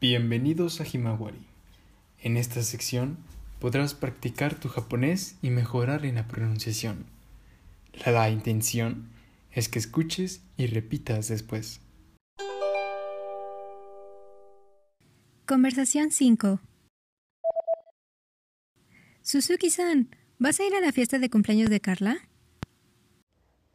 Bienvenidos a Himawari. En esta sección podrás practicar tu japonés y mejorar en la pronunciación. La, la intención es que escuches y repitas después. Conversación 5 Suzuki-san, ¿vas a ir a la fiesta de cumpleaños de Carla?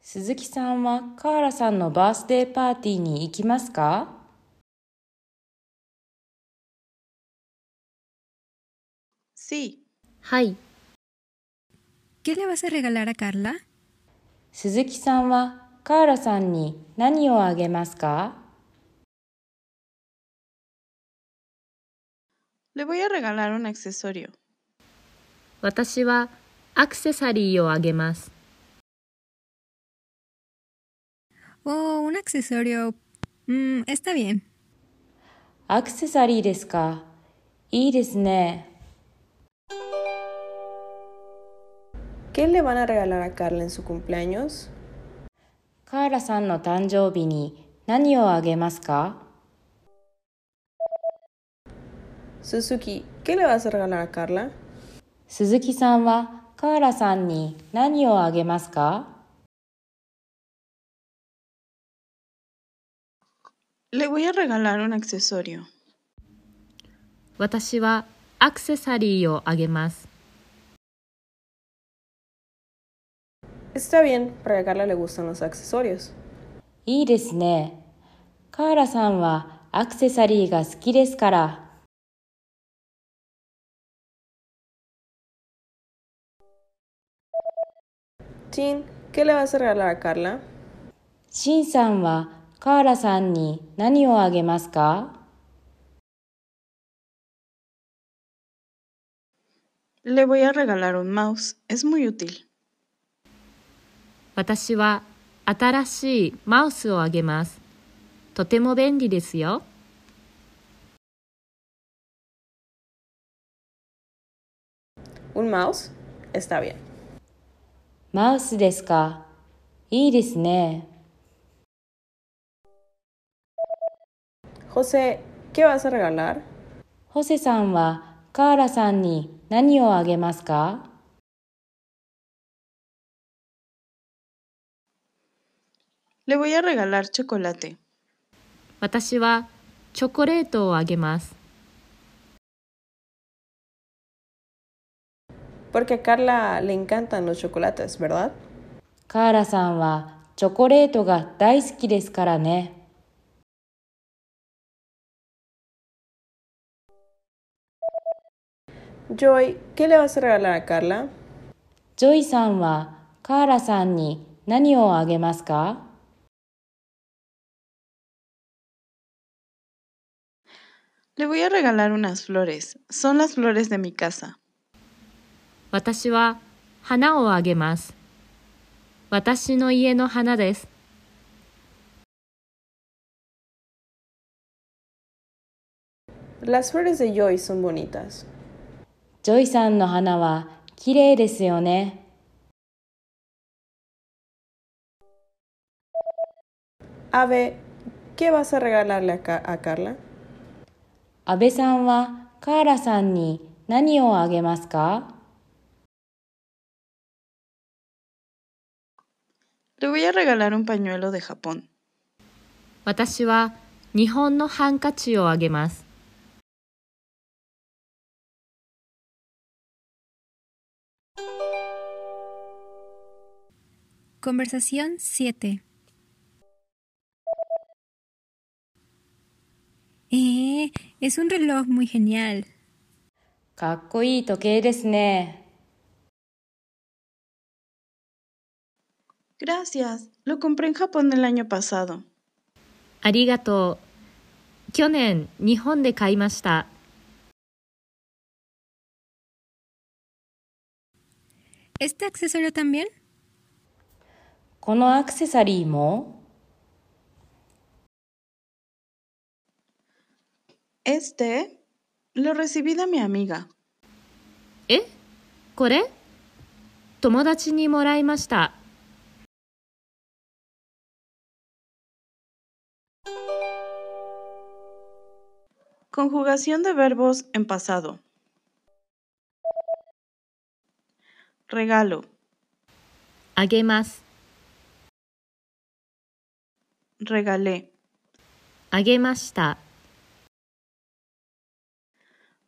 鈴木さんはカーラさんのバースデーパーティーに行きますか Sí, はい、 ¿Qué le vas a regalar a Carla? 鈴木さんはカーラさんに何をあげますか le voy a regalar un accesorio. 私はアクセサリーをあげます。 Oh, un accesorio. Mm, está bien. アクセサリーですかいいですね。 ¿Qué le van a regalar a Carla en su cumpleaños? カーラさんの誕生日に何をあげますか Suzuki, ¿qué le vas a regalar a Carla? 鈴木さんはカーラさんに何をあげますか Le voy a regalar un accesorio. 私はアクセサリーをあげます。 Está bien, para Carla le gustan los accesorios. いいですね。カーラさんはアクセサリーが好きですから。 Tin, ¿qué le vas a regalar a Carla? シンさんはカーラさんに何をあげますか Le voy a regalar un mouse. Es muy útil. 私は新しいマウスをあげます。とても便利ですよ。 ¿Un mouse? Está bien. マウスですかいいですね。 José, ¿qué vas a regalar? ホセさんはカーラさんに何をあげますか Le voy a regalar chocolate. 私はチョコレートをあげます。 Porque a Carla le encantan los chocolates, ¿verdad? カーラさんはチョコレートが大好きですからね。 Joy, ¿qué le vas a regalar a Carla? ジョイさんはカーラさんに何をあげますか Le voy a regalar unas flores. Son las flores de mi casa. 私は花をあげます。私の家の花です。 Las flores de Joy son bonitas. ジョイさんの花は綺麗ですよね。 Ave, ¿qué vas a regalarle a, Ca- a Carla? 安倍さんはカーラさんに何をあげますか Le voy a regalar un pañuelo de Japón. 私は日本のハンカチをあげます。 Conversación 7 Eh, es un reloj muy genial. かっこいい時計ですね。 Gracias. Lo compré en Japón el año pasado. ありがとう。去年、日本で買いました。 ¿Este accesorio también? このアクセサリーも Este lo recibí de mi amiga. えこれ友達にもらいました。 Conjugación de verbos en pasado. Regalo. あげます。 Regalé. あげました。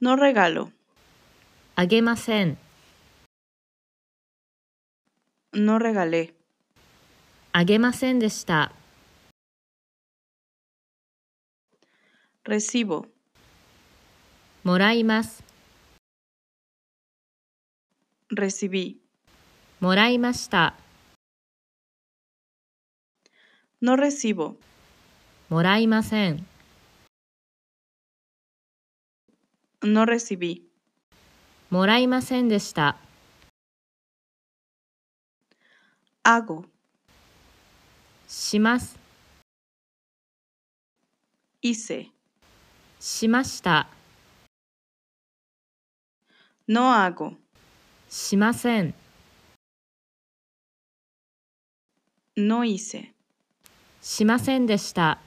No regalo. あげません。 No regalé. あげませんでした。 Recibo. もらいます。 Recibí. もらいました。 No recibo. もらいません。 No recibí. もらいませんでした。 Hago. します。 Hice. しました。 No hago. しません。 No hice. しませんでした。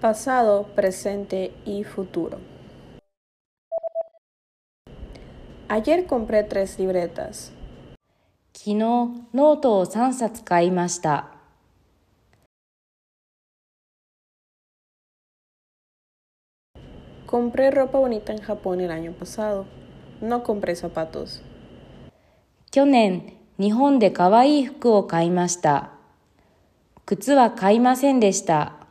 Pasado, presente y futuro. Ayer compré tres libretas. 昨日ノートを3冊買いました。 Compré ropa bonita en Japón el año pasado. No compré zapatos. 去年日本で可愛い服を買いました。靴は買いませんでした。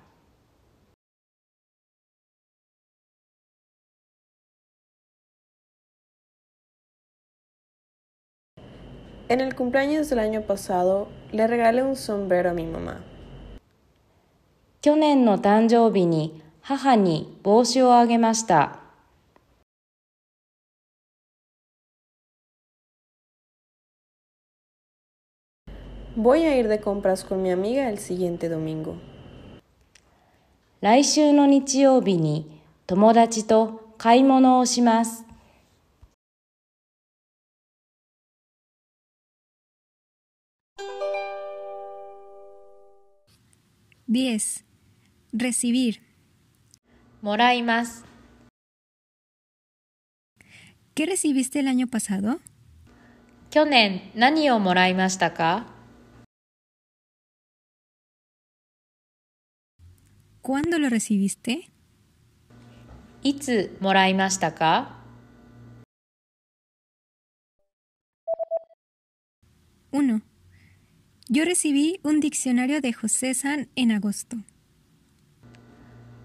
En el cumpleaños del año pasado le regalé un sombrero a mi mamá. 去年の誕生日に母に帽子をあげました。 Voy a ir de compras con mi amiga el siguiente domingo. 来週の日曜日に友達と買い物をします。 10. Recibir. もらいます。 ¿Qué recibiste el año pasado? 去年何をもらいましたか ¿Cuándo lo recibiste? いつもらいましたか 1. Yo recibí un diccionario de José San en agosto.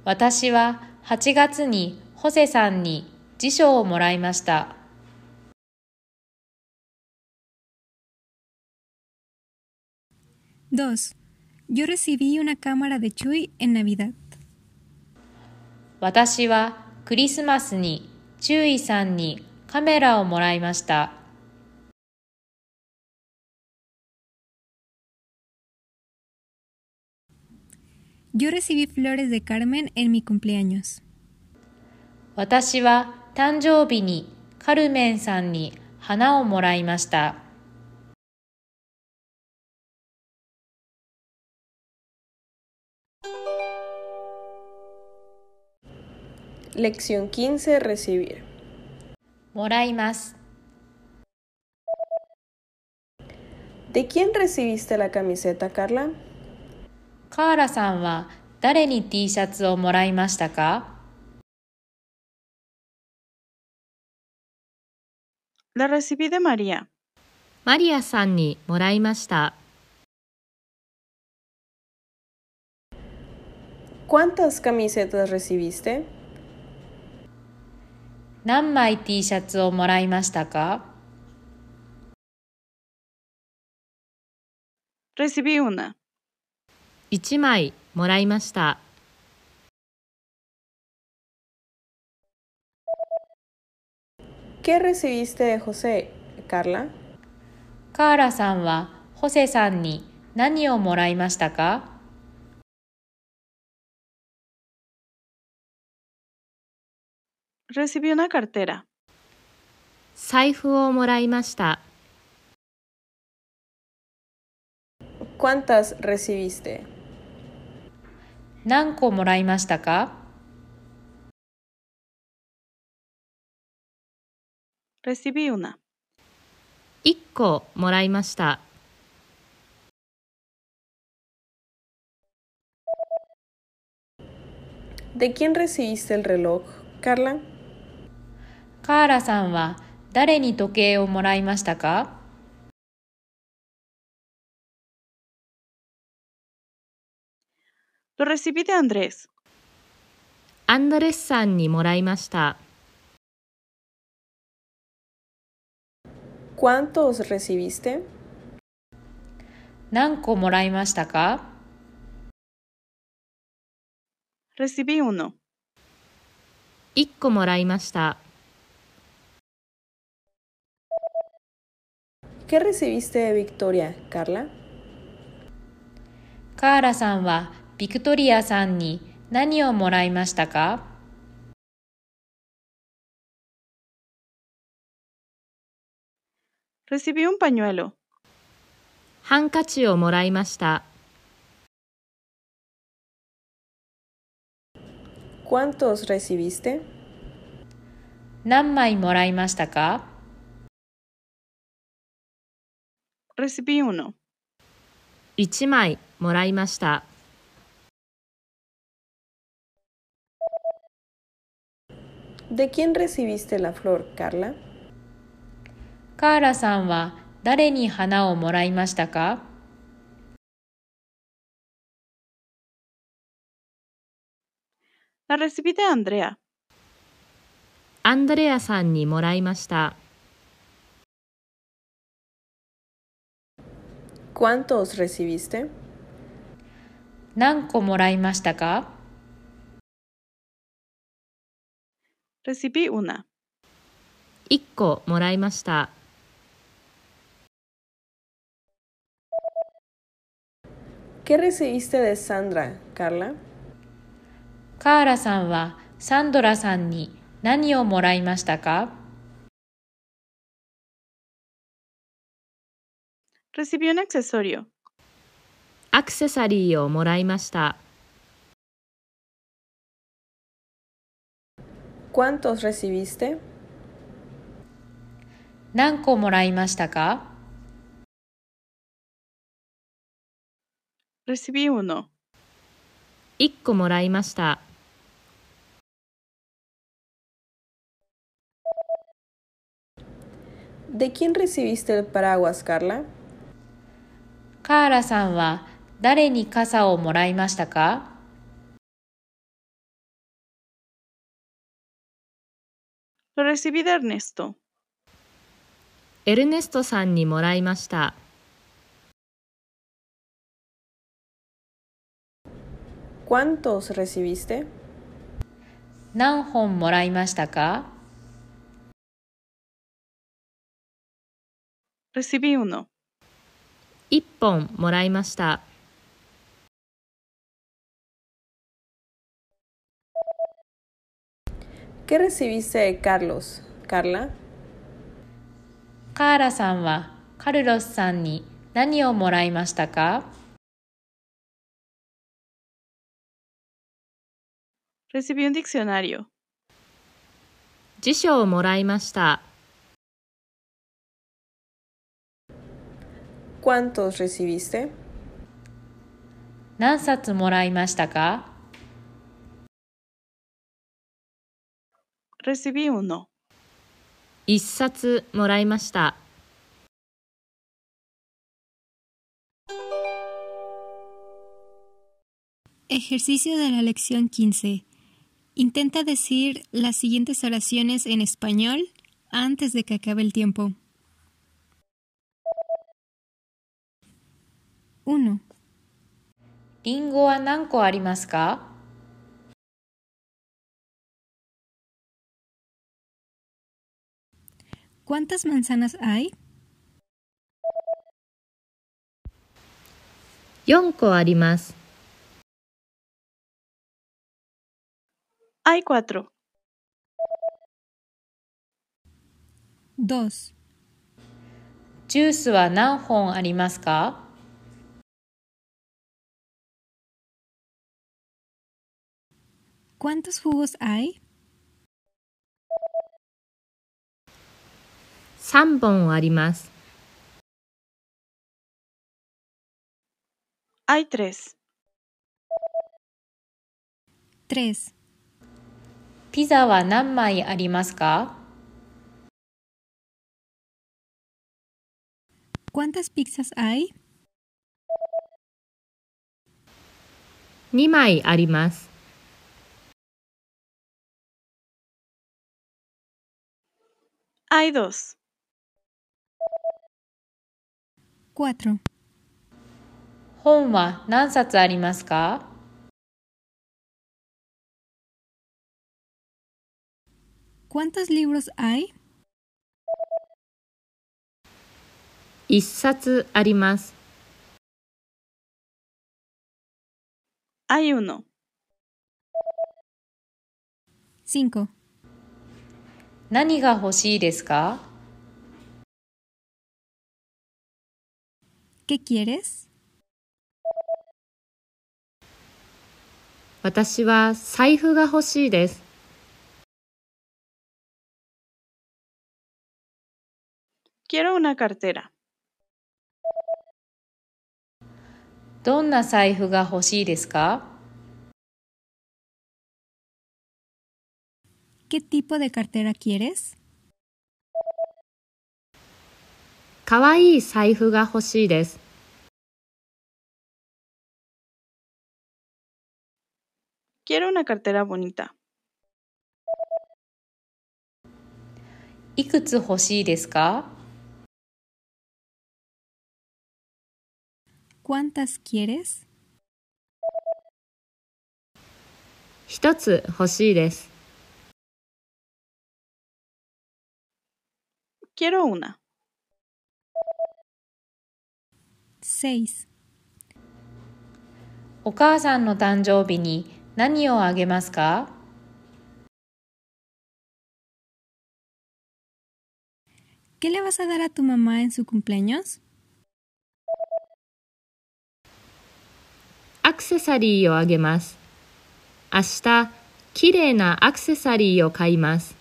私は8月にホセさんに辞書をもらいました。 2. Yo recibí una cámara de Chuy en Navidad. 私はクリスマスに注意さんにカメラをもらいました。 Yo recibí flores de Carmen en mi cumpleaños. 私は誕生日にカルメンさんに花をもらいました。 Lección 15. Recibir. もらいます。 ¿De quién recibiste la camiseta, Carla? カーラさんは誰に T シャツをもらいましたか La recibí de María. マリアさんにもらいました。 ¿Cuántas camisetas recibiste? 何枚 T シャツをもらいましたか Recibí una. 1枚もらいました。 ¿Qué recibiste de José, Carla? カーラさんはホセさんに何をもらいましたか Recibí una cartera. 財布をもらいました。 ¿Cuántas recibiste? 何個もらいましたか Recibí una. 1個もらいました。 ¿De quién recibiste el reloj, Carla? カーラさんは誰に時計をもらいましたか Lo recibí de Andrés. アンドレスさんにもらいました。 ¿Cuántos recibiste? 何個もらいましたか Recibí uno. 1個もらいました。 ¿Qué recibiste de Victoria, Carla? カーラさんはビクトリアさんに何をもらいましたか Recibí un pañuelo. ハンカチをもらいました。 ¿Cuántos recibiste? 何枚もらいましたか Recibí uno. 1枚もらいました。 ¿De quién recibiste la flor, Carla? カーラさんは誰に花をもらいましたか La recibí de Andrea. アンドレアさんにもらいました。 ¿Cuántos recibiste? 何個もらいましたか Recibí una. 1個もらいました。 ¿Qué recibiste de Sandra, Carla? カーラさんはサンドラさんに何をもらいましたか Recibí un accesorio. アクセサリーをもらいました。 ¿Cuántos recibiste? 何個もらいましたか Recibí uno. 1個もらいました。 ¿De quién recibiste el paraguas, Carla? カーラさんは誰に傘をもらいましたか Lo recibí de Ernesto. エルネストさんにもらいました。 ¿Cuántos recibiste? 何本もらいましたか Recibí uno. 1本もらいました。 ¿Qué recibiste de Carlos, Carla? カーラさんはカルロスさんに何をもらいましたか Recibí un diccionario. 辞書をもらいました。 ¿Cuántos recibiste? 何冊もらいましたか Recibí uno. 1冊もらいました。 Ejercicio de la lección 15. Intenta decir las siguientes oraciones en español antes de que acabe el tiempo. 1, リンゴは何個ありますか ¿Cuántas manzanas hay? 4個あります。 Hay cuatro. 2, ジュースは何本ありますか ¿Cuántos jugos hay? 3本あります。 Hay tres. Tres. ピザは何枚ありますか ¿Cuántas pizzas hay? 2枚あります。 Hay dos. Cuatro. 本は何冊ありますか ¿Cuántos libros hay? 1冊あります。 Hay uno. Cinco. 何が欲しいですか ¿Qué quieres? 私は財布が欲しいです。 Quiero una cartera. どんな財布が欲しいですか ¿Qué tipo de cartera quieres? かわいい財布が欲しいです。 Quiero una cartera bonita. いくつ欲しいですか ¿Cuántas quieres? 1つ欲しいです。 Quiero una. Seis. お母さんの誕生日に何をあげますか ¿Qué le vas a dar a tu mamá en su cumpleaños? アクセサリーをあげます。明日、綺麗なアクセサリーを買います。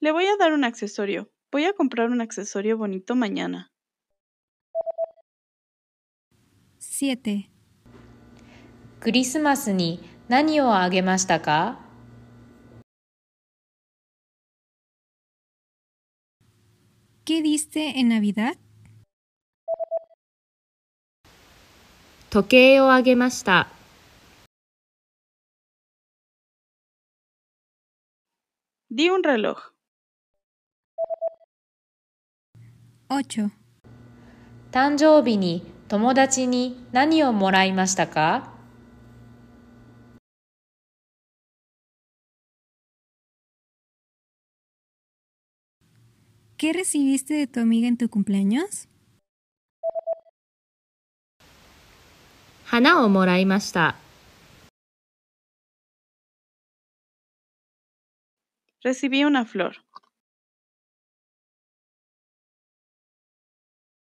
Le voy a dar un accesorio. Voy a comprar un accesorio bonito mañana. Siete. クリスマスに何をあげましたか ¿Qué diste en Navidad? 時計をあげました。 Di un reloj. Ocho. 誕生日に友達に何をもらいましたか ¿Qué recibiste de tu amiga en tu cumpleaños? 花をもらいました。 Recibí una flor.